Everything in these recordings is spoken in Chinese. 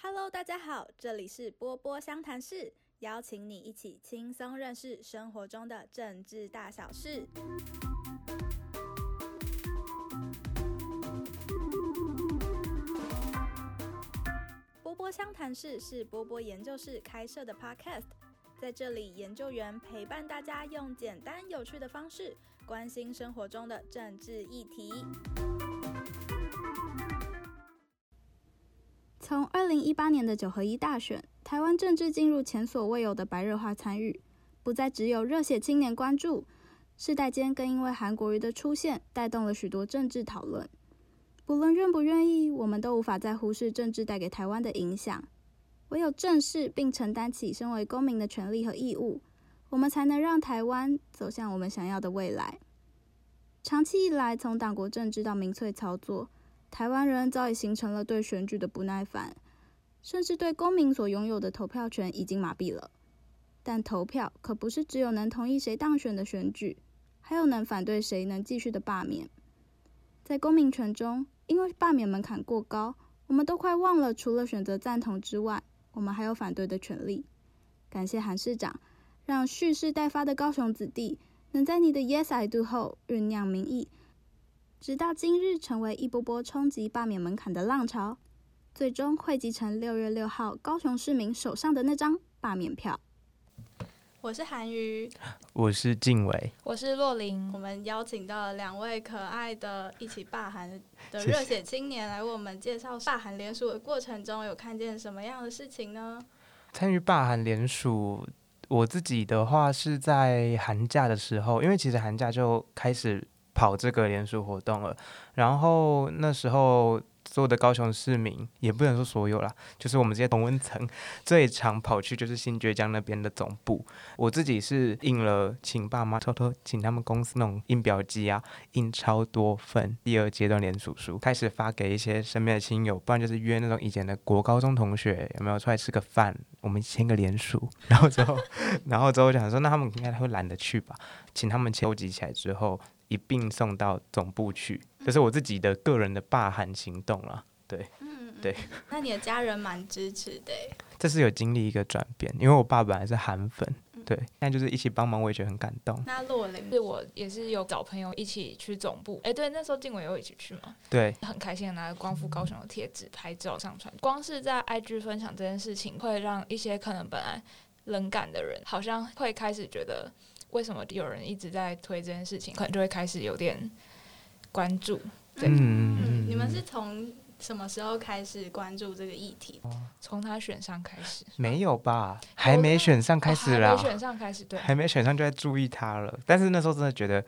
Hello，大家好，这里是波波湘潭市，邀请你一起轻松认识生活中的政治大小事。波波湘潭市是波波研究室开设的 Podcast，在这里，研究员陪伴大家用简单有趣的方式，关心生活中的政治议题。从二零一八年的九合一大选，台湾政治进入前所未有的白热化参与，不再只有热血青年关注，世代间更因为韩国瑜的出现，带动了许多政治讨论。不论愿不愿意，我们都无法再忽视政治带给台湾的影响。唯有正视并承担起身为公民的权利和义务，我们才能让台湾走向我们想要的未来。长期以来，从党国政治到民粹操作，台湾人早已形成了对选举的不耐烦，甚至对公民所拥有的投票权已经麻痹了。但投票可不是只有能同意谁当选的选举，还有能反对谁能继续的罢免。在公民权中，因为罢免门槛过高，我们都快忘了除了选择赞同之外，我们还有反对的权利。感谢韩市长，让蓄势待发的高雄子弟能在你的 “Yes I do” 后酝酿民意，直到今日成为一波波冲击罢免门槛的浪潮，最终汇集成六月六号高雄市民手上的那张罢免票。我是韩瑜，我是静伟，我是洛我哦琳，们邀请到了两位可爱的、一起罢韩的谢谢热血青年来为我们介绍罢韩联署的过程中有看见什么样的事情呢？参与罢韩联署。我自己的话是在寒假的时候，因为其实寒假就开始跑这个联署活动了。然后那时候所有的高雄市民，也不能说所有啦，就是我们这些同温层，最常跑去就是新觉江那边的总部。我自己是印了，请爸妈偷偷请他们公司那种印表机啊，印超多份第二阶段联署书，开始发给一些身边的亲友，不然就是约那种以前的国高中同学，有没有出来吃个饭，我们签个联署， 然后之后，然后之后我想说，那他们应该会懒得去吧，请他们收集起来之后一并送到总部去，这是我自己的个人的霸韩行动啦。嗯，嗯对。 那你的家人蛮支持的欸，这是有经历一个转变，因为我爸本来是韩粉，嗯对，现在就是一起帮忙，我也觉得很感动。那洛琳是我也是有找朋友一起去总部，哎、对，那时候静伟有一起去嘛，对，很开心地啊拿着光复高雄的贴纸拍照上传。光是在 IG 分享这件事情，会让一些可能本来冷感的人，好像会开始觉得为什么有人一直在推这件事情，可能就会开始有点关注。对嗯嗯，你们是从什么时候开始关注这个议题？从他选上开始，没有吧？还没选上开始啦，哦还没选上开始，对，还没选上就在注意他了。但是那时候真的觉得，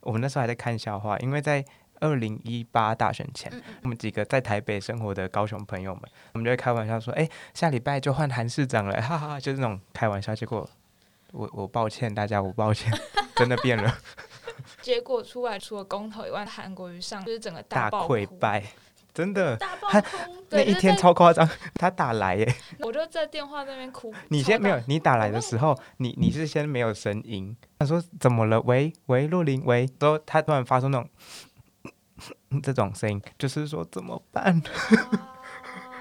我们那时候还在看笑话，因为在二零一八大选前，嗯嗯我们几个在台北生活的高雄朋友们，我们就会开玩笑说：“哎、下礼拜就换韩市长了，哈哈哈！”就是那种开玩笑。结果我我抱歉大家，我抱歉，真的变 了，结果出来除了公投以外，韩国瑜上就是整个大爆溃哭败，真的。大爆哭， 那对，一就是天在超夸张，他打来耶！我就在电话那边哭。你超先没大有，你打来的时候，你你是先没有声音。他说怎么了？喂喂，洛琳，喂。之后他突然发出那种这种声音，就是说怎么办？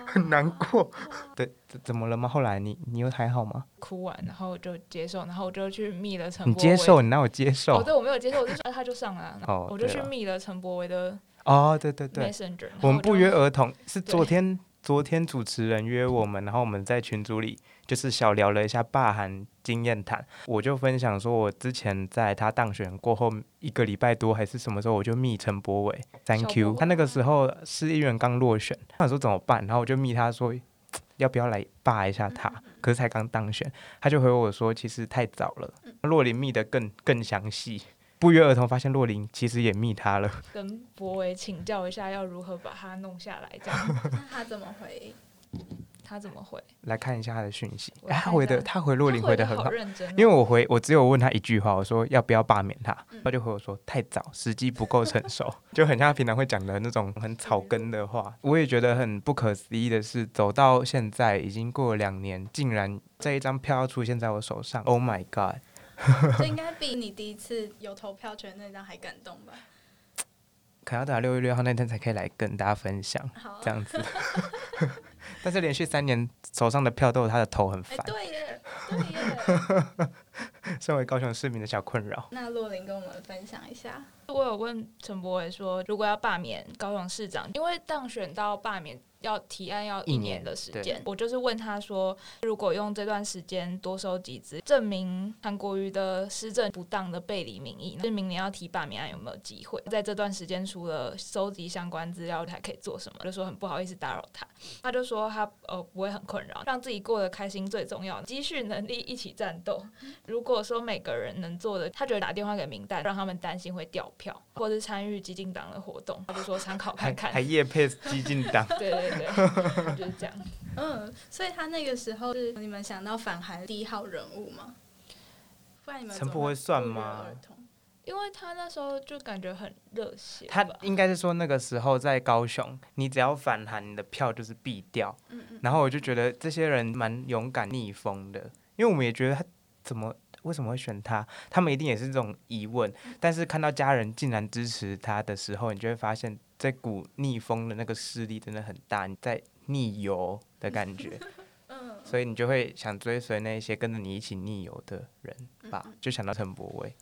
很难过。对，怎怎么了吗？后来你你又还好吗？哭完，然后我就接受，然后我就去密了陈你柏接惟受，你哪有接受哦，？对，我没有接受，我就说、啊、他就上了啊、然后哦我就对去了密了陈柏惟的哦，对对对， Messenger，然后我们不就约而同，是对昨天昨天主持人约我们，然后我们在群组里就是小聊了一下霸韩经验谈，我就分享说我之前在他当选过后一个礼拜多还是什么时候，我就密陈柏伟，Thank 小柏 you，伟他那个时候市议员刚落选，他说怎么办，然后我就密他说。嘖要不要来霸一下他？嗯嗯可是才刚当选，他就回我说：“其实太早了。”嗯洛林密的更更详细，不约而同发现洛林其实也密他了。跟柏惟请教一下要如何把他弄下来，这样 嗯那他怎么回 应？他怎么回？来看一下他的讯息。我哎，他看一回的下他回洛他林回的得很好好，认真哦、因为我回我只有问他一句话，我说要不要罢免他，嗯他就回我说太早，时机不够成 熟，就很像他平常会讲的那种很草根的话。我也觉得很不可思议的是，走到现在已经过了两年，竟然这一张票要出现在我手上，Oh my god！这应该比你第一次有投票权那张还感动吧？ 可能要等到六月六号那天才可以来跟大家分享好这，样子。 但是连续三年手上的票都有他的头，很哎、烦。对耶，对 耶。哎身为高雄市民的小困扰。那洛琳跟我们分享一下，我有问陈柏伟说，如果要罢免高雄市长，因为当选到罢免要提案要一一年年的时对间，我就是问他说，如果用这段时间多收集资，证明韩国瑜的施政不当的背离民意，那明年要提罢免案有没有机会？在这段时间除了收集相关资料，还可以做什么？我就说很不好意思打扰他，他就说他呃不会很困扰，让自己过得开心最重要，积蓄能力一起战斗。如果说每个人能做的，他觉得打电话给民代，让他们担心会掉票，或是参与激进党的活动，他就说参考看看还。夜配激进党，对对对， 就是这样。嗯，所以他那个时候是你们想到反韩第一号人物吗？不然你们陈怎柏么惟算不约吗而同因为他那时候就感觉很热血吧，他应该是说那个时候在高雄，你只要反韩，你的票就是必掉。嗯嗯，然后我就觉得这些人蛮勇敢逆风的，因为我们也觉得他怎么为什么会选他，他们一定也是这种疑问。但是看到家人竟然支持他的时候，你就会发现这股逆风的那个势力真的很大，你在逆游的感觉。嗯所以你就会想追随那些跟着你一起逆游的人吧，就想到陈柏伟。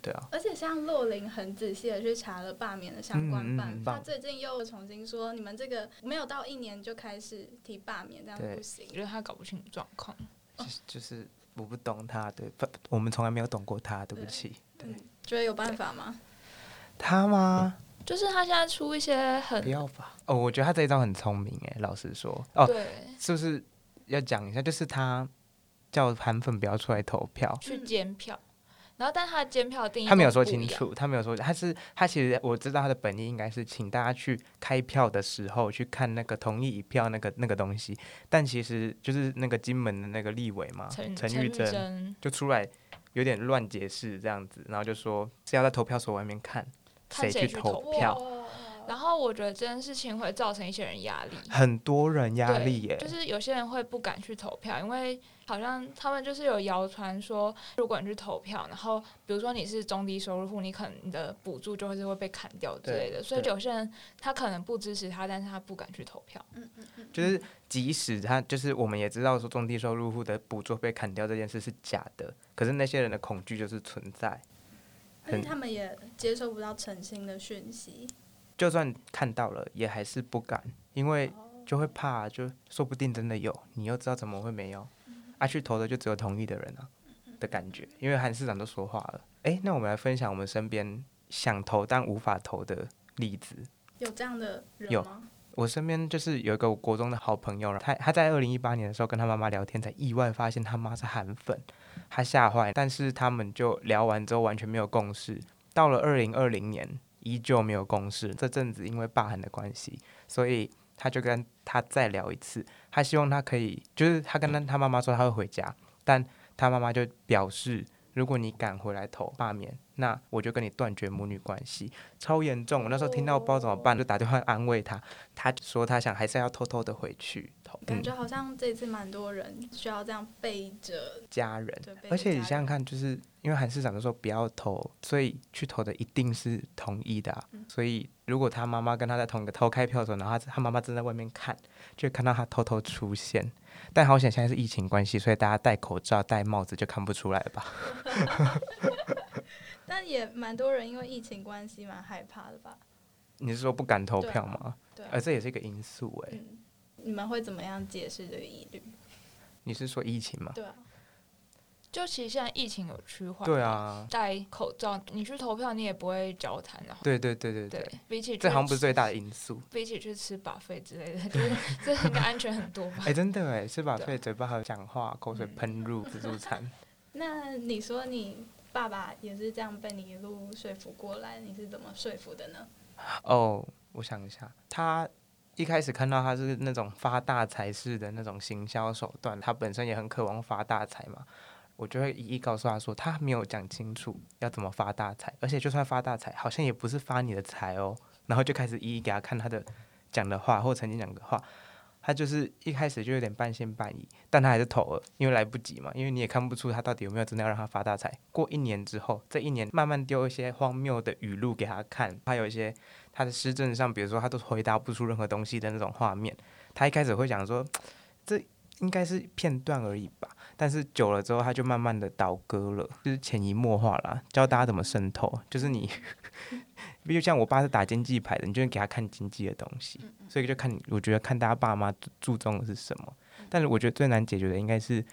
对啊，而且像洛琳很仔细的去查了罢免的相关嗯嗯办嗯法，棒最近又重新说你们这个没有到一年就开始提罢免，这样对不行我。觉得他搞不清楚状况。就是就是我不懂他，对，不我们从来没有懂过他，对不起。对嗯，觉得有办法吗？他吗？就是他现在出一些不很要吧。哦，我觉得他这一招很聪明哎，老实说，哦，对是不是要讲一下？就是他叫韩粉不要出来投票，去监票，然后但他的监票定义他没有跟说不一清样，楚，他没有说，他是他其实我知道他的本意应该是请大家去开票的时候去看那个同意一票那个那个东西，但其实就是那个金门的那个立委嘛，陈啊陈玉玉珍就出来有点乱解释这样子，然后就说是要在投票所外面看看去谁去投票，哦然后我觉得这件事情会造成一些人压力，很多人压力耶，对就是有些人会不敢去投票，因为好像他们就是有谣传说，如果你去投票，然后比如说你是中低收入户，你可能你的补助就会是会被砍掉之类对的，所以对有些人他可能不支持他，但是他不敢去投票。嗯就是即使他就是我们也知道说中低收入户的补助被砍掉这件事是假的，可是那些人的恐惧就是存在，而且很他们也接收不到澄清的讯息。就算看到了也还是不敢，因为就会怕，就说不定真的有，你又知道怎么会没有？啊，去投的就只有同意的人啊的感觉，因为韩市长都说话了。诶，那我们来分享我们身边想投但无法投的例子。有这样的有人吗？我身边就是有一个我国中的好朋友，他他在二零一八年的时候跟他妈妈聊天，才意外发现他妈是韩粉，他吓坏。但是他们就聊完之后完全没有共识，到了二零二零年依旧没有共识。这阵子因为罢韩的关系，所以他就跟他再聊一次，他希望他可以，就是他跟他他妈妈说他会回家，但他妈妈就表示，如果你敢回来投罢免，那我就跟你断绝母女关系，超严重。我那时候听到不知道怎么办，就打电话安慰他。他说他想还是要偷偷的回去投，嗯感觉好像这次蛮多人需要这样背着，家人。对，背着而且你家想想人看，就是因为韩市长都说不要投，所以去投的一定是同意的、啊。嗯所以如果他妈妈跟他在同一个投开票的时候，然后他他妈妈正在外面看，就会看到他偷偷出现。但好险现在是疫情关系，所以大家戴口罩、戴帽子就看不出来吧？ 但也蛮多人因为疫情关系蛮害怕的吧？你是说不敢投对啊票吗？对啊、而这也是一个因素哎、嗯，你们会怎么样解释这个疑虑？你是说疫情吗？对啊，就其实现在疫情有趋缓，对，啊，戴口罩你去投票，你也不会交谈，然后对对对对对对，比起这去好像不是最大的因素。比起去吃把费之类的，就是 这应该安全很多吧哎、？真的哎，吃饱对啊睡，嘴巴还有讲话，口水嗯喷入自助餐。那你说你爸爸也是这样被你一路说服过来，你是怎么说服的呢？哦，我想一下，他一开始看到他是那种发大财式的那种行销手段，他本身也很渴望发大财嘛。我就会一一告诉他说，他没有讲清楚要怎么发大财，而且就算发大财，好像也不是发你的财哦。然后就开始一一给他看他的讲的话或曾经讲的话，他就是一开始就有点半信半疑，但他还是投了，因为来不及嘛，因为你也看不出他到底有没有真的要让他发大财。过一年之后，这一年慢慢丢一些荒谬的语录给他看，还有一些他的施政上，比如说他都回答不出任何东西的那种画面，他一开始会想说，这应该是片段而已吧。但是久了之后，他就慢慢的倒戈了，就是潜移默化啦，教大家怎么渗透。就是你， 比如像我爸是打经济牌的，你就会给他看经济的东西，所以就看，我觉得看大家爸妈注重的是什么。但是我觉得最难解决的应该是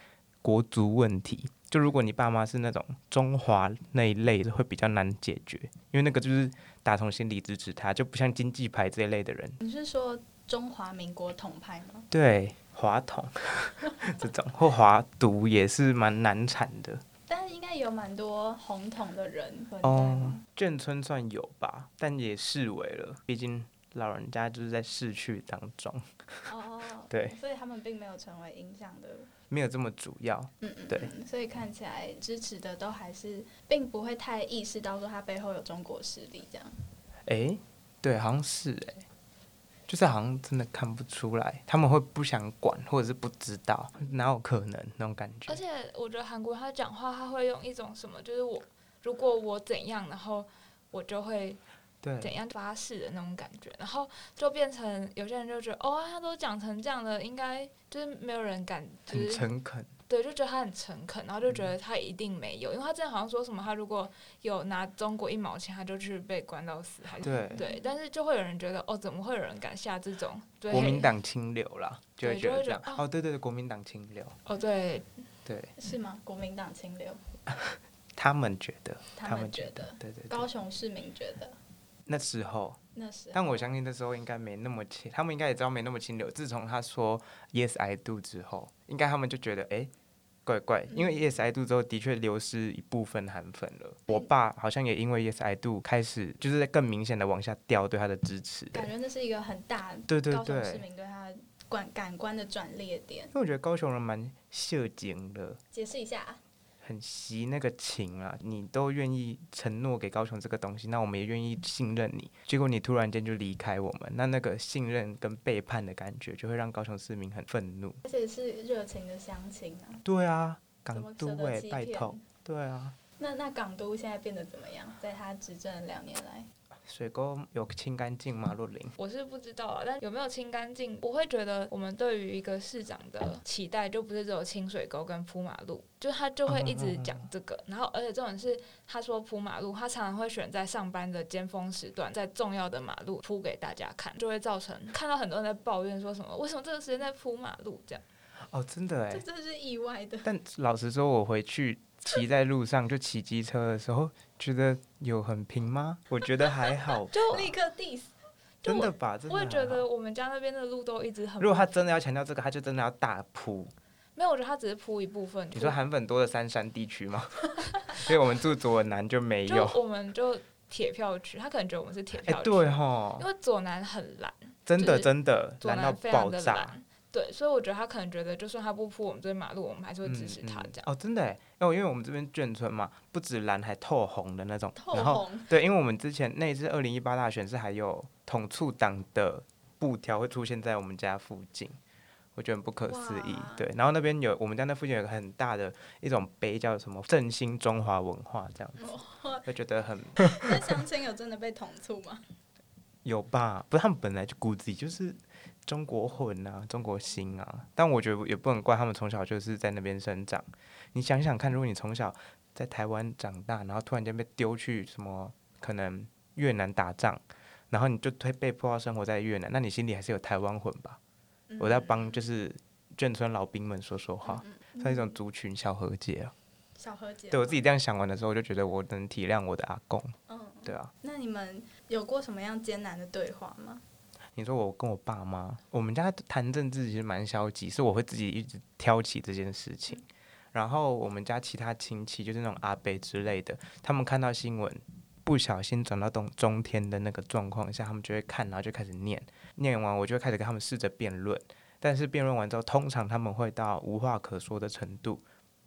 国足问题。就如果你爸妈是那种中华那一类的，会比较难解决，因为那个就是打从心里支持他，就不像经济牌这一类的人，你是说中华民国统派吗？对华统 这种或华独也是蛮难产的。但是应该有蛮多红统的人存在哦吗？，眷村算有吧，但也视为了，毕竟老人家就是在逝去当中，哦，哦 对，所以他们并没有成为影响的，没有这么主要。嗯嗯，对嗯，所以看起来支持的都还是并不会太意识到说他背后有中国势力这样。诶，对，好像是诶，就是好像真的看不出来，他们会不想管，或者是不知道，哪有可能那种感觉而？且我觉得韩国他讲话，他会用一种什么，就是我如果我怎样，然后我就嗯会怎对，样发誓的那种感觉，然后就变成有些人就觉得，哦，他都讲成这样了，应该就是没有人敢，就很是诚嗯恳。对，就觉得他很诚恳，然后就觉得他一定没有，因为他之前好像说什么，他如果有拿中国一毛钱，他就去被关到死，还是对对，但是就会有人觉得，哦，怎么会有人敢下这种对国民党清流啦，就会觉对就得会这样觉。得啊哦，对对对，国民党清流，哦，对，对是吗？国民党清流，他们觉得，他们们觉觉得，对对对，高雄市民觉得那时候，那时候但我相信那时候应该没那么清，他们应该也知道没那么清流。自从他说 Yes I do 之后，应该他们就觉得哎。诶怪怪，嗯因为 Yes I Do 之后的确流失一部分韩粉了。嗯我爸好像也因为 Yes I Do 开始就是更明显的往下掉对他的支持。感觉那是一个很大对对高雄市对，民对他感感官的转捩点。因为我觉得高雄人蛮社情的，解释一下，啊很惜那个情啊，你都愿意承诺给高雄这个东西，那我们也愿意信任你。结果你突然间就离开我们，那那个信任跟背叛的感觉，就会让高雄市民很愤怒。而且是热情的乡亲啊，对啊，怎港么都舍得哎、欺拜骗托，对啊，那那港都现在变得怎么样？在他执政两年来，水沟有清干净吗？若琳，我是不知道啊，但有没有清干净，我会觉得我们对于一个市长的期待，就不是只有清水沟跟铺马路，就他就会一直讲这嗯个。然后，而且重点是，他说铺马路，他常常会选在上班的尖峰时段，在重要的马路铺给大家看，就会造成看到很多人在抱怨说什么为什么这个时间在铺马路这样。 哦，真的哎、这真是意外的。但老实说，我回去骑在路上，就骑机车的时候，觉得有很平吗？我觉得还好，就立刻 diss，真的吧？真的我也觉还好得我们家那边的路都一直很如果他真的要强调这个，他就真的要大铺。没有，我觉得他只是铺一部分。你说韩粉多的三山地区吗？ 因为我们住左南就没就有。我们就铁票区，他可能觉得我们是铁哎、票区，对吼因，为左南很蓝。真就的是真的左难到南非常爆的炸，蓝，对，所以我觉得他可能觉得，就算他不铺我们这边马路，我们还是会支持他这样。哦，真的哎，哦，因为我们这边眷村嘛，不止蓝还透红的那种。透然后红，对，因为我们之前那一次二零一八大选是还有统促党的布条会出现在我们家附近。我觉得很不可思议哇，对。然后那边有我们家那附近有个很大的一种碑，叫什么“振兴中华文化”这样子，哦就觉得很那乡亲有真的被捅促吗？有吧？不是他们本来就骨子里就是中国魂啊，中国心啊。但我觉得也不能怪他们从小就是在那边生长。你想想看，如果你从小在台湾长大，然后突然间被丢去什么可能越南打仗，然后你就推被迫要生活在越南，那你心里还是有台湾魂吧？嗯我在帮就是眷村老兵们说说话，算一种族群小和解啊。嗯小和解，对我自己这样想完的时候，我就觉得我能体谅我的阿公，嗯，对啊。那你们有过什么样艰难的对话吗？你说我跟我爸妈，我们家谈政治其实蛮消极，是我会自己一直挑起这件事情。然后我们家其他亲戚，就是那种阿伯之类的，他们看到新闻，不小心转到中中天的那个状况下，他们就会看，然后就开始念，念完我就会开始跟他们试着辩论。但是辩论完之后，通常他们会到无话可说的程度，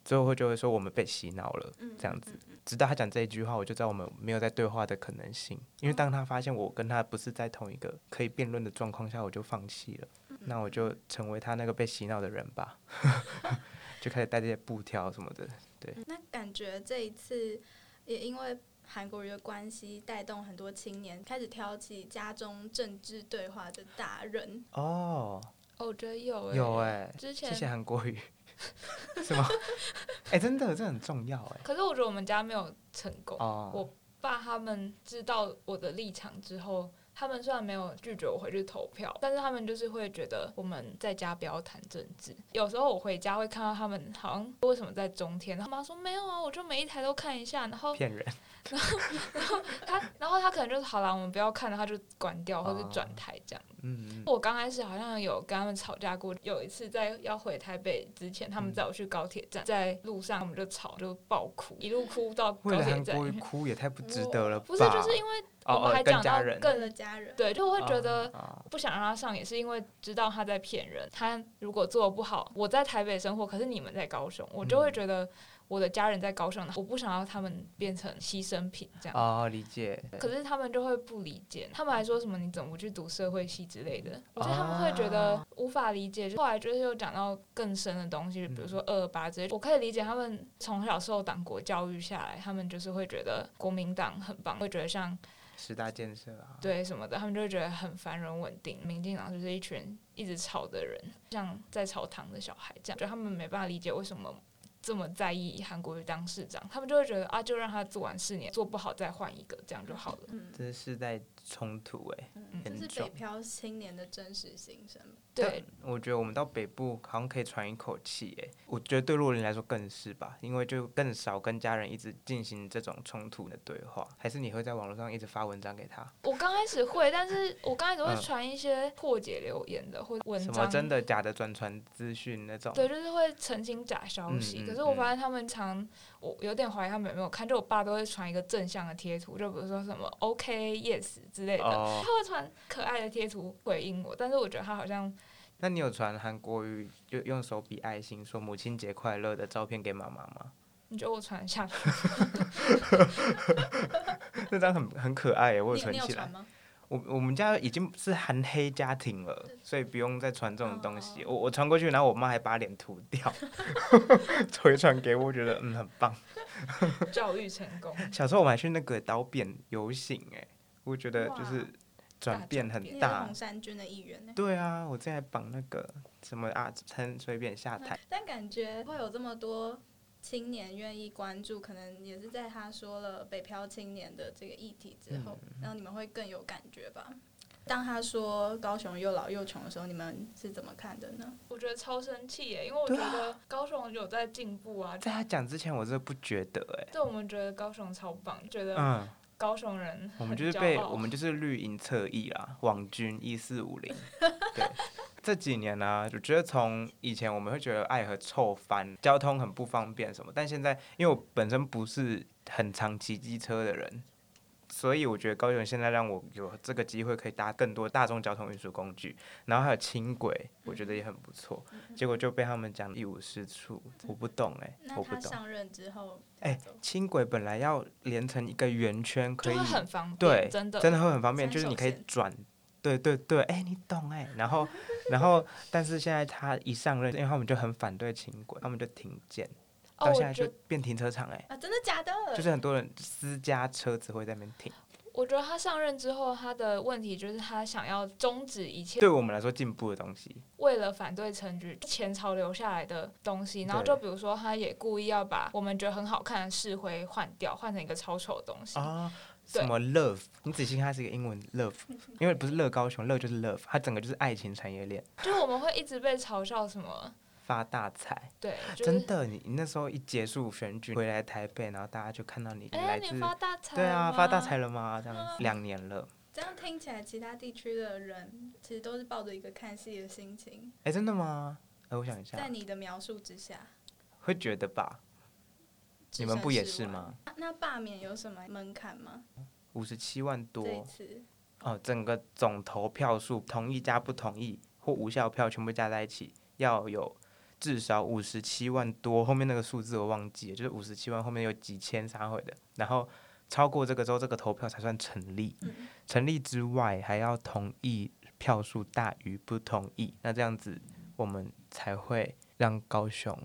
最后会就会说我们被洗脑了，嗯这样子。直到他讲这一句话，我就知道我们没有在对话的可能性。因为当他发现我跟他不是在同一个可以辩论的状况下，我就放弃了。嗯那我就成为他那个被洗脑的人吧， 就开始带这些布条什么的。那感觉这一次也因为韩国瑜的关系，带动很多青年开始挑起家中政治对话的大人。哦，哦，我觉得有诶、有哎、之前谢谢韩国 语，什 么？哎、真的，这很重要哎、可是我觉得我们家没有成功。哦我，爸他们知道我的立场之后，他们虽然没有拒绝我回去投票，但是他们就是会觉得我们在家不要谈政治。有时候我回家会看到他们好像为什么在中天，他妈说没有啊，我就每一台都看一下，然后 骗人他，然后他可能就是好啦，我们不要看了，他就关掉或哦者转台这样。嗯，嗯我刚开始好像有跟他们吵架过，有一次在要回台北之前，他们载我去高铁站，在路上我们就吵，就爆哭，一路哭到高为了铁韩站。国语哭也太不值得了吧？不是，就是因为我哦们哦还跟讲家到人为了更家人， 对，就我会觉得啊不想让他上，也是因为知道他在骗人。他如果做的不好，我在台北生活，可是你们在高雄，我就会嗯觉得我的家人在高雄，我不想要他们变成牺牲品这样。哦，理解。可是他们就会不理解，他们还说什么你怎么不去读社会系之类的，我觉得他们会觉得无法理解。后来就是有讲到更深的东西，比如说二二八之类，我可以理解他们从小受党国教育下来，他们就是会觉得国民党很棒，会觉得像十大建设啊，对什么的，他们就会觉得很繁荣稳定。民进党就是一群一直吵的人，像在草堂的小孩这样，就他们没办法理解为什么。这么在意韩国瑜当市长，他们就会觉得啊，就让他做完四年，做不好再换一个，这样就好了。嗯，这是在冲突哎、嗯很这是重北漂青年的真实心声。对，但我觉得我们到北部好像可以喘一口气哎、我觉得对路人来说更是吧，因为就更少跟家人一直进行这种冲突的对话，还是你会在网络上一直发文章给他，我刚开始会，但是我刚开始嗯会传一些破解留言的或者文什么章，真的假的转传资讯那种，对，就是会澄清假消息。嗯嗯可是我发现他们常，我有点怀疑他们有没有看，就我爸都会传一个正向的贴图，就比如说什么 OK yes 之类的，哦他会传可爱的贴图回应我，但是我觉得他好像那你有传韩国语就用手比爱心说母亲节快乐的照片给妈妈吗？ 你觉得我传得下去，那张很很可爱耶，我有你存你有起传来。吗？我我们家已经是韩黑家庭了，所以不用再传这种哦东西。我我传过去，然后我妈还把脸涂 掉， 回传给我，我觉得嗯很棒。 教育成功。小时候我们还去那个岛biển游行，哎，我觉得就是哇转变大转很你变哦是大红。衫军的一员呢？对啊，我之前还绑那个什么啊，很随便下台。但感觉会有这么多青年愿意关注，可能也是在他说了北漂青年的这个议题之后，嗯然后你们会更有感觉吧？当他说高雄又老又穷的时候，你们是怎么看的呢？我觉得超生气耶，因为我觉得高雄有在进步啊。在他讲之前，我真的不觉得哎、对，我们觉得高雄超棒，觉得嗯，高雄人我 们很就是骄被傲我们就是绿营侧翼啦，网军一四五零。对，这几年呢、我觉得从以前我们会觉得爱河臭翻，交通很不方便什么，但现在因为我本身不是很常骑机车的人。所以我觉得高雄现在让我有这个机会可以搭更多大众交通运输工具，然后还有轻轨，我觉得也很不错。嗯结果就被他们讲一无是处，我不懂哎、那我不他懂。上任之后，哎、这样走轻轨本来要连成一个圆圈，可就以会很方便，对，真的真的会很方便，三就是手你可以线转，对对对，哎、你懂哎、然 后然后，但是现在他一上任，因为他们就很反对轻轨，他们就停建，哦，到我现在觉就得变停车场哎、啊，真的假的？就是很多人私家车子会在那边停。我觉得他上任之后，他的问题就是他想要终止一切对我们来说，进步的东西，为了反对陈局前潮流下来的东西，然后对就比如说他也故意要把我们觉得很好看的市徽换掉，换成一个超丑的东西。啊，哦对什么 love，你仔细看，它是一个英文 love，因为不是乐高熊，love 就是 love，它整个就是爱情产业链，就是我们会一直被嘲笑什么，发大财。对，就是真的，你你那时候一结束选举回来台北，然后大家就看到你你哎、来你自。发大财，嗯对啊，发大财。了吗？这样子两年了，这样听起来，其他地区的人其实都是抱着一个看戏的心情，哎、真的吗？哎、我想一下在，你的描述之下，会觉得吧？你们不也是吗？那？那罢免有什么门槛吗？五十七万这一多次哦，整个总投票数同意加不同意或无效票全部加在一起，要有至少五十七万多，后面那个数字我忘记了，就是五十七万后面有几千啥会的，然后超过这个之后，这个投票才算成立。成立之外，还要同意票数大于不同意，那这样子我们才会让高雄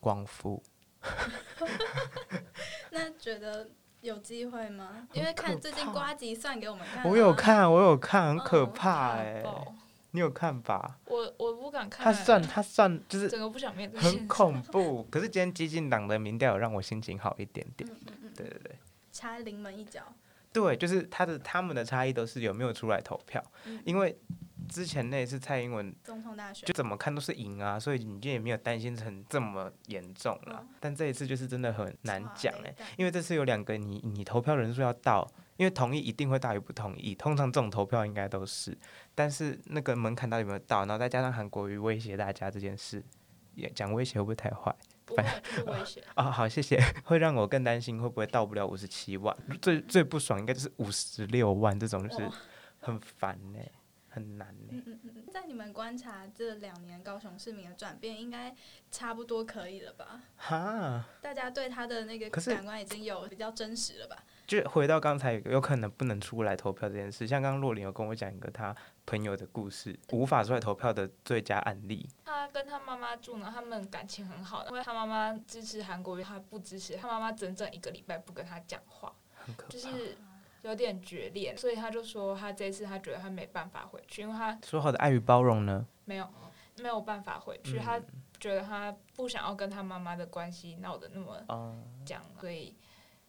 光复。那觉得有机会吗？因为很可看最近怕瓜吉算给我们看、啊我有，看，我有看，很可嗯怕大哎、爆你有看吧？我我不敢看，他算他算就是整个不想面对现很实恐怖。可是今天激进党的民调有让我心情好一点点。嗯嗯嗯，对对对，插临门一脚，对，就是他的他们的差异都是有没有出来投票，嗯因为之前那一次蔡英文总统大选就，怎么看都是赢啊，所以你就也没有担心成这么严重嗯了。欸但这一次就是真的很难哇讲雷哎、弹因为这次有两个你你投票人数要到，因为同意一定会大于不同意，通常这种投票应该都是，但是那个门槛到底有没有到，然后再加上韩国瑜威胁大家这件事，也讲威胁会不会太坏？不会就是危 险。啊、好，谢谢。会让我更担心会不会到不了五十七万，最最不爽应该就是五十六万这种，就是哦很烦呢、很难呢、嗯嗯嗯，在你们观察这两年高雄市民的转变，应该差不多可以了吧？哈，大家对他的那个可是感官已经有比较真实了吧？就回到刚才有可能不能出来投票这件事，像刚刚洛琳有跟我讲一个她朋友的故事，无法出来投票的最佳案例。他跟他妈妈住呢，他们感情很好，因为他妈妈支持韩国瑜，他不支持，他妈妈整整一个礼拜不跟他讲话，很可怕。就是有点决裂，所以他就说他这次他觉得他没办法回去，因为他说好的爱与包容呢？没有没有办法回去，嗯他觉得他不想要跟他妈妈的关系闹得那么哦、僵，所以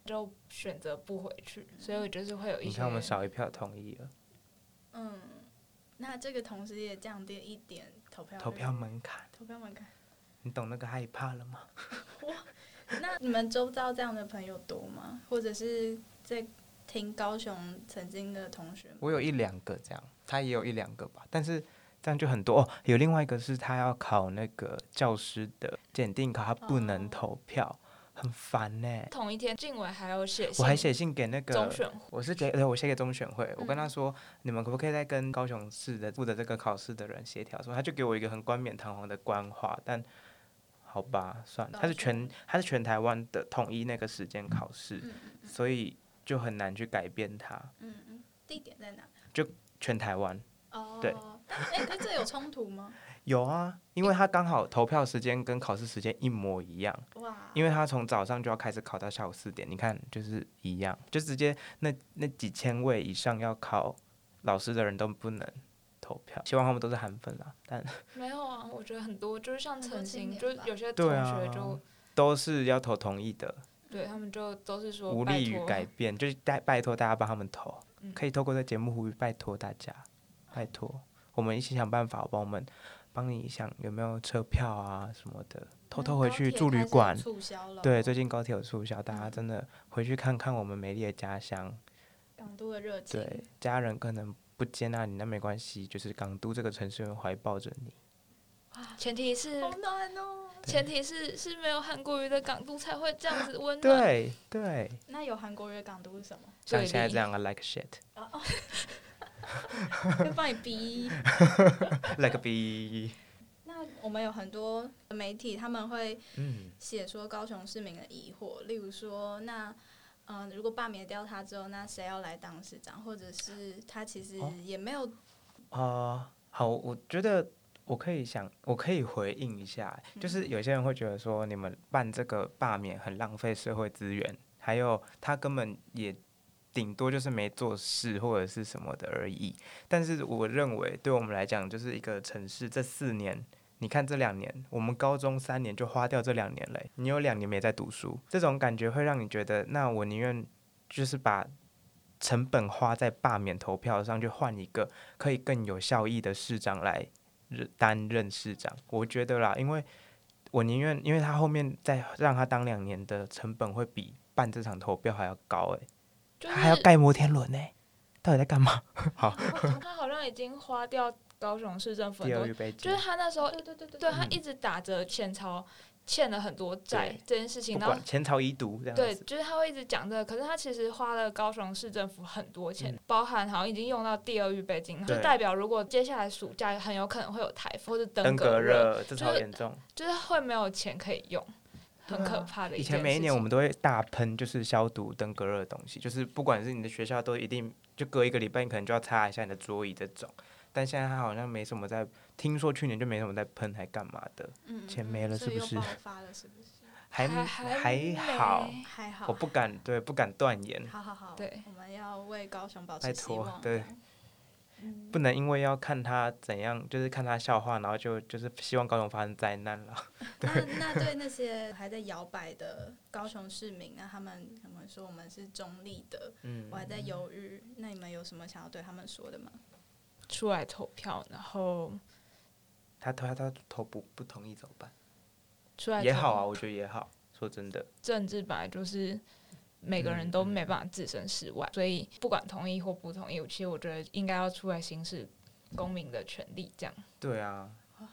就选择不回去，所以我就是会有一你些看我们少一票同意了，嗯，那这个同时也降低一点投票率投票门槛，投票门槛。你懂那个害怕了吗？那你们周遭这样的朋友多吗？或者是在听高雄曾经的同学们？我有一两个这样，他也有一两个吧，但是这样就很多哦。有另外一个是他要考那个教师的检定考，他不能哦投票，很烦呢、同一天，静伟还有写信，我还写信给那个中选我是给，对我写给中选会，我跟他说，你们可不可以再跟高雄市的负责这个考试的人协调？说他就给我一个很冠冕堂皇的官话，但好吧，算了，他是全他是全台湾的统一那个时间考试，嗯嗯嗯所以就很难去改变它。嗯嗯，地点在哪？全台湾哦，对但哎，那这有冲突吗？有啊，因为他刚好投票时间跟考试时间一模一样， 哇，因为他从早上就要开始考到下午四点，你看就是一样，就直接那那几千位以上要考老师的人都不能投票，希望他们都是韩粉啦，但没有啊，我觉得很多就是像很多陈青星，年就吧有些同对学啊就都是要投同意的，对他们就都是说无拜力于托改变，就是拜拜托大家帮他们投，嗯可以透过这节目呼吁拜托大家，拜托我们一起想办法，好不好我们帮你想有没有车票啊什么的，偷嗯偷回去住旅高铁馆开始。促销了，对，最近高铁有促销，大家嗯真的回去看看我们美丽的家乡。港都的热情，对，家人可能不接纳你，那没关系，就是港都这个城市会怀抱着你。前提是好暖哦。前提是是没有韩国瑜的港都才会这样子温暖。对对，那有韩国语的港都是 什么？像对现在立这样啊，like shit，like 会帮你逼。 b，那我们有很多媒体，他们会 嗯，写说高雄市民的疑惑，例如说，那嗯、呃如果罢免掉他之后，那谁要来当市长？或者是他其实哦也没有，啊、好，我觉得我可以想，我可以回应一下，就是有些人会觉得说，你们办这个罢免很浪费社会资源，还有他根本也顶多就是没做事或者是什么的而已。但是我认为，对我们来讲，就是一个城市这四年。你看这两年，我们高中三年就花掉这两年嘞、你有两年没在读书，这种感觉会让你觉得，那我宁愿就是把成本花在罢免投票上，去换一个可以更有效益的市长来任担任市长，我觉得啦，因为我宁愿，因为他后面再让他当两年的成本会比办这场投票还要高、欸，就是哦他还要盖摩天轮呢、欸到底在干嘛？他好像已经花掉高雄市政府很第二多预，备就金是，他那时候对对对对对他嗯一直打着欠操，欠了很多债对这件事情，不然后管前朝遗毒这样对，子，就是他会一直讲这个，可是他其实花了高雄市政府很多钱，包含好像已经用到第二预备金，就嗯对代表如果接下来暑假很有可能会有台风或者登登革革热，热这就超是严重。就是会没有钱可以用，很对啊可怕的以一前件每一事年我情们都会大喷，就是消毒登革热的东西，就是不管是你的学校都一定就隔一个礼拜，你可能就要擦一下你的桌椅这种。但现在它好像没什么在，听说去年就没什么在喷，还干嘛的？嗯，钱没了所以是不是又爆发了，是不 是？还还好，没还好，我不敢对不敢断言。好好好，对我们要为高雄保持嗯拜希托望。对，不能因为要看他怎样，就是看他笑话，然后就就是希望高雄发生灾难了。那那对那些还在摇摆的高雄市民，啊那他们可能说我们是中立的，嗯我还在犹豫。那你们有什么想要对他们说的吗？出来投票，然后他他他头不不同意怎么办？出来也投好啊，我觉得也好。说真的，政治本来就是每个嗯人都没办法置身事外，所以不管同意或不同意，其实我觉得应该要出来行使公民的权利。这样，对啊，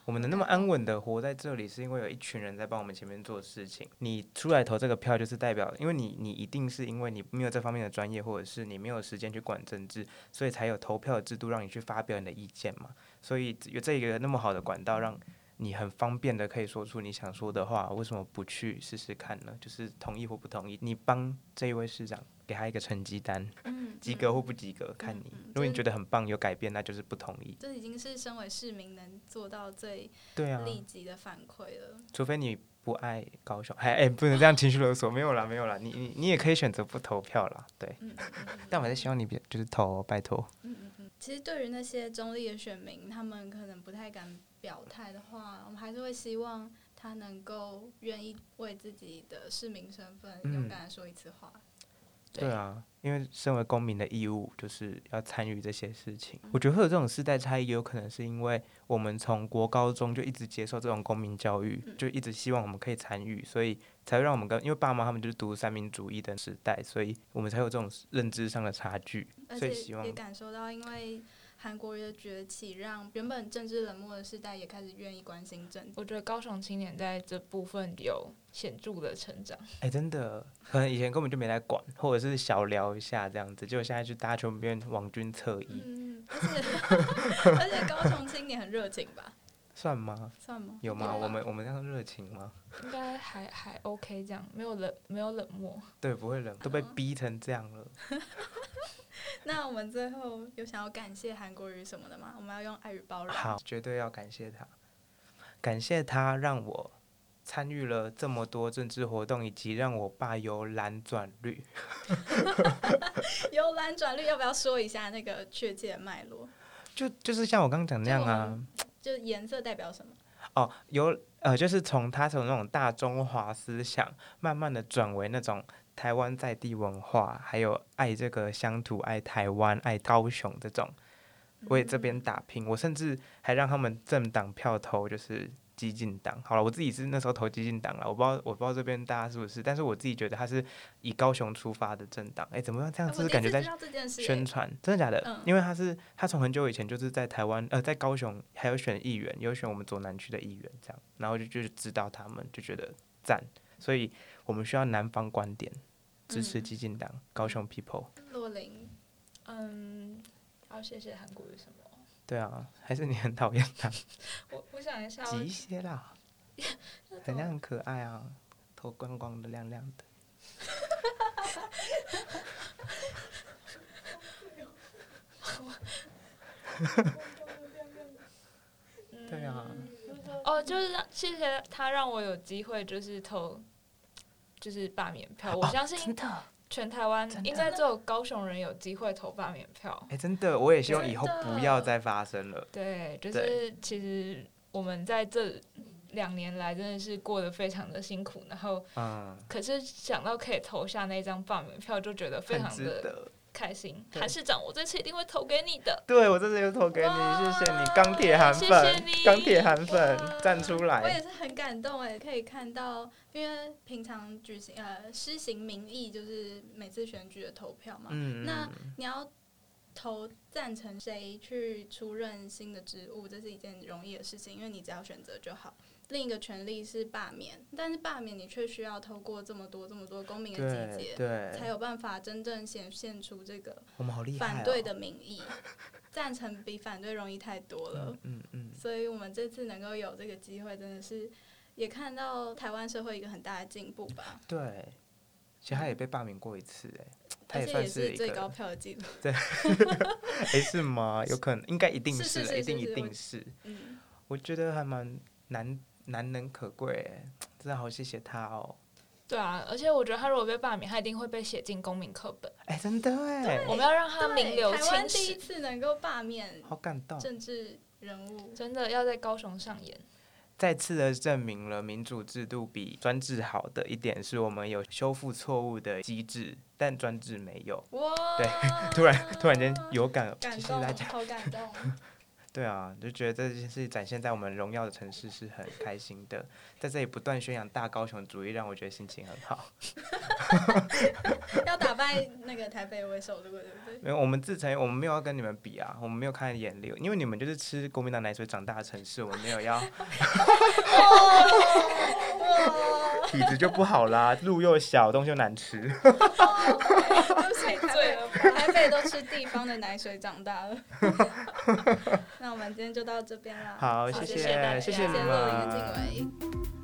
我们能那么安稳的活在这里，是因为有一群人在帮我们前面做事情。你出来投这个票，就是代表，因为你你一定是因为你没有这方面的专业，或者是你没有时间去管政治，所以才有投票的制度让你去发表你的意见嘛。所以有这一个那么好的管道，让你很方便的可以说出你想说的话，为什么不去试试看呢？就是同意或不同意，你帮这一位市长给他一个成绩单，嗯，及格或不及格，看你。如果你觉得很棒，有改变，那就是不同意。这已经是身为市民能做到最对啊，立即的反馈了。除非你不爱高雄，哎哎，不能这样情绪勒索，没有啦，没有啦，你你你也可以选择不投票啦，对。嗯，但我还是希望你别就是投哦，拜托。其实对于那些中立的选民，他们可能不太敢表态的话，我们还是会希望他能够愿意为自己的市民身份嗯勇敢的说一次话。对啊，因为身为公民的义务就是要参与这些事情。我觉得会有这种世代差异，也有可能是因为我们从国高中就一直接受这种公民教育，就一直希望我们可以参与，所以才会让我们跟因为爸妈他们就是读三民主义的时代，所以我们才有这种认知上的差距。而所以希且望也感受到，因为韩国瑜的崛起，让原本政治冷漠的世代也开始愿意关心政治。我觉得高雄青年在这部分有显著的成长。哎、真的，可能以前根本就没来管，或者是小聊一下这样子，结果现在就大家全部变网军侧翼，嗯，而且而且高雄青年很热情吧？算吗？算吗？有吗？有我吧们我们这样热情吗？应该还还 OK，这样没有冷没有冷漠。对，不会冷，都被逼成这样了。那我们最后有想要感谢韩国瑜什么的吗？我们要用爱与包容。好，绝对要感谢他，感谢他让我参与了这么多政治活动，以及让我爸由蓝转绿。由蓝转绿，要不要说一下那个确切的脉络？就就是像我刚刚讲那样就我啊们，就颜色代表什么？哦，有呃，就是从他从那种大中华思想，慢慢的转为那种台湾在地文化，还有爱这个乡土、爱台湾、爱高雄这种，为这嗯边打拼。我甚至还让他们政党票投就是激进党。好了，我自己是那时候投激进党了，我不知道我不知道这边大家是不是，但是我自己觉得他是以高雄出发的政党。哎，怎么样？这哎样我就是第感一觉次在知道这件事、宣哎传，真的假的？嗯因为他是他从很久以前就是在台湾呃，在高雄还有选议员，有选我们左南区的议员这样，然后就就知道他们就觉得赞，所以我们需要南方观点支持嗯激进党、高雄 people。洛林，嗯，要谢谢韩国有什么？对啊，还是你很讨厌他？我我想一下，急一些啦，人家很可爱啊，头光光的亮亮的。对嗯啊，哦，就是让谢谢他让我有机会，就是投，就是罢免票。哦我相信全台湾应该只有高雄人有机会投罢免票。哎，真的，我也希望以真后不的要再发生了。对，就是其实我们在这两年来真的是过得非常的辛苦，然后嗯，可是想到可以投下那张罢免票，就觉得非很常值的得。开心。对韩市长，我这次一定会投给你的。对，我这次又投给你，谢谢你，钢铁韩谢粉谢你，钢铁韩粉哇站出我也来，是很感动哎，可以看到，因为平常举行呃施行民意，就是每次选举的投票嘛，嗯，那嗯你要投赞成谁去出任新的职务，这是一件容易的事情，因为你只要选择就好。另一个权利是罢免，但是罢免你却需要透过这么多这么多公民的集对结，才对，有办法真正显现出这个我们好厉害，哦反对，的民意。赞成比反对容易太多了，嗯嗯，所以我们这次能够有这个机会，真的是也看到台湾社会一个很大的进步吧，对，其实他也被罢免过一次，哎，嗯而他也且算也是是一最高 个，票的记录。嗯哎，是吗？有可能，应该一定是是是啦，是一定是一是定我是，嗯，我觉得还蛮难难能可贵，哎，真的好谢谢他哦，对啊，而且我觉得他如果被罢免，他一定会被写进公民课本。哎、真的哎，我们要让他对名留台湾青第一史，次能够罢免好感动，政治人 物，真的要在高雄上演。再次的证明了民主制度比专制好的一点是我们有修复错误的机制，但专制没有。哇！对，突然突然间有感了，啊感其实动大，家好感动。对啊，就觉得这件事展现在我们荣耀的城市是很开心的，在这里不断宣扬大高雄主义，让我觉得心情很好。要打败那个台北为首，对不对？对不对没有，我们自成我们没有要跟你们比啊，我们没有看眼流，因为你们就是吃国民党奶水长大的城市，我们没 有要体质就不好啦，路又小，东西又难吃。都是台北了，台北都吃地方的奶水长大了。 那我们今天就到这边啦。好，好谢谢谢大家谢谢你谢谢陆们。怡静伟。